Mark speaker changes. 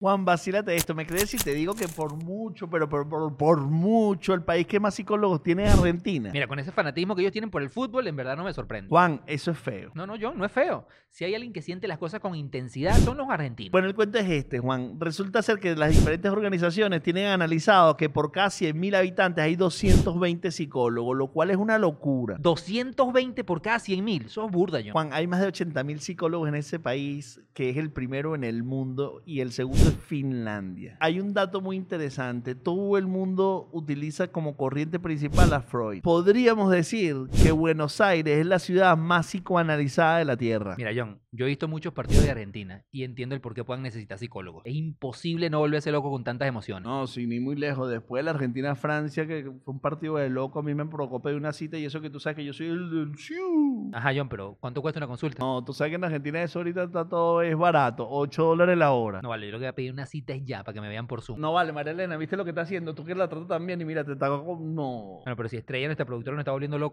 Speaker 1: Juan, vacílate esto. ¿Me crees si te digo que por mucho, pero por, por, por mucho, el país que más psicólogos tiene es Argentina?
Speaker 2: Mira, con ese fanatismo que ellos tienen por el fútbol, en verdad no me sorprende.
Speaker 1: Juan, eso es feo.
Speaker 2: No, no, yo, no es feo. Si hay alguien que siente las cosas con intensidad, son los argentinos.
Speaker 1: Bueno, el cuento es este, Juan. Resulta ser que las diferentes organizaciones tienen analizado que por casi 100.000 habitantes hay 220 psicólogos, lo cual es una locura.
Speaker 2: 220 por cada 100 mil. Eso es burda, yo.
Speaker 1: Juan, hay más de 80.000 psicólogos en ese país, que es el primero en el mundo y el segundo es Finlandia. Hay un dato muy interesante. Todo el mundo utiliza como corriente principal a Freud. Podríamos decir que Buenos Aires es la ciudad más psicoanalizada de la Tierra.
Speaker 2: Mira, John, yo he visto muchos partidos de Argentina y entiendo el por qué puedan necesitar psicólogos. Es imposible no volverse loco con tantas emociones.
Speaker 1: No, sí, ni muy lejos. Después de la Argentina-Francia, que fue un partido de loco, a mí me provocó pedir una cita y eso que tú sabes que yo soy el... del Siu.
Speaker 2: Ajá, John, pero ¿cuánto cuesta una consulta?
Speaker 1: No, tú sabes que en Argentina eso ahorita está todo es barato, 8 dólares la hora.
Speaker 2: No, vale, yo lo que voy a pedir una cita es ya, para que me vean por Zoom.
Speaker 1: No vale, María Elena, ¿viste lo que está haciendo? Tú que la tratas también y mira, te está... No.
Speaker 2: Bueno, pero si Estrella, nuestra productora, nos está volviendo loco.